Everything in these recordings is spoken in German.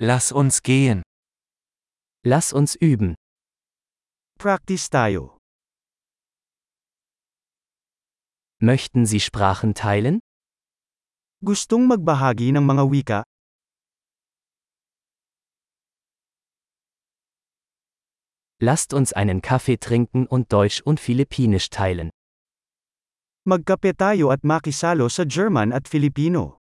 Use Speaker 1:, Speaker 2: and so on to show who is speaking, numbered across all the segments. Speaker 1: Lass uns gehen.
Speaker 2: Lass uns üben.
Speaker 3: Practice tayo.
Speaker 2: Möchten Sie Sprachen teilen?
Speaker 3: Gustong magbahagi ng mga wika?
Speaker 2: Lasst uns einen Kaffee trinken und Deutsch und Philippinisch teilen.
Speaker 3: Magkape tayo at makisalo sa German at Filipino.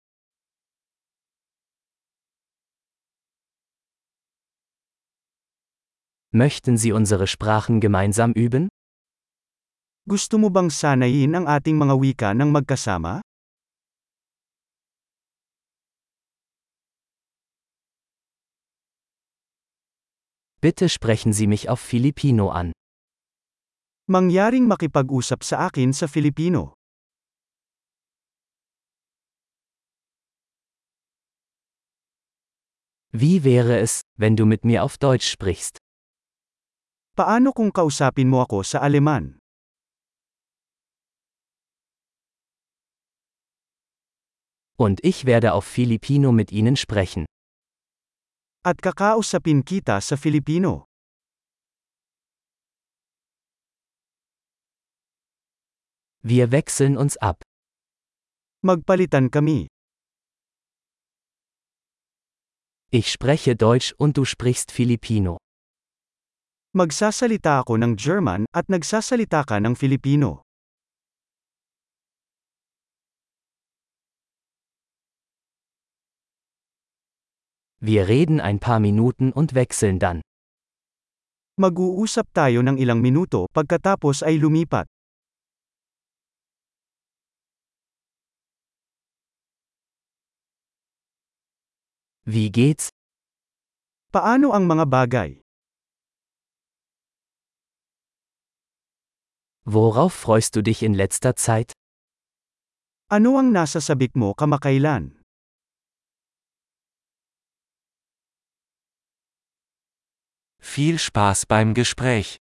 Speaker 2: Möchten Sie unsere Sprachen gemeinsam üben?
Speaker 3: Gusto mo bang sanayin ang ating mga wika ng magkasama?
Speaker 2: Bitte sprechen Sie mich auf Filipino an.
Speaker 3: Mangyaring makipag-usap sa akin sa Filipino.
Speaker 2: Wie wäre es, wenn du mit mir auf Deutsch sprichst?
Speaker 3: Paano kung kausapin mo ako sa Aleman?
Speaker 2: Und ich werde auf Filipino mit Ihnen sprechen.
Speaker 3: At kakausapin kita sa Filipino.
Speaker 2: Wir wechseln uns ab.
Speaker 3: Magpalitan kami.
Speaker 2: Ich spreche Deutsch und du sprichst Filipino.
Speaker 3: Magsasalita ako ng German at nagsasalita ka ng Filipino.
Speaker 2: Wir reden ein paar Minuten und wechseln dann.
Speaker 3: Mag-uusap tayo ng ilang minuto pagkatapos ay lumipat.
Speaker 2: Wie geht's?
Speaker 3: Paano ang mga bagay?
Speaker 2: Worauf freust du dich in letzter Zeit?
Speaker 3: Ano ang nasa sabik mo kamakailan?
Speaker 1: Viel Spaß beim Gespräch.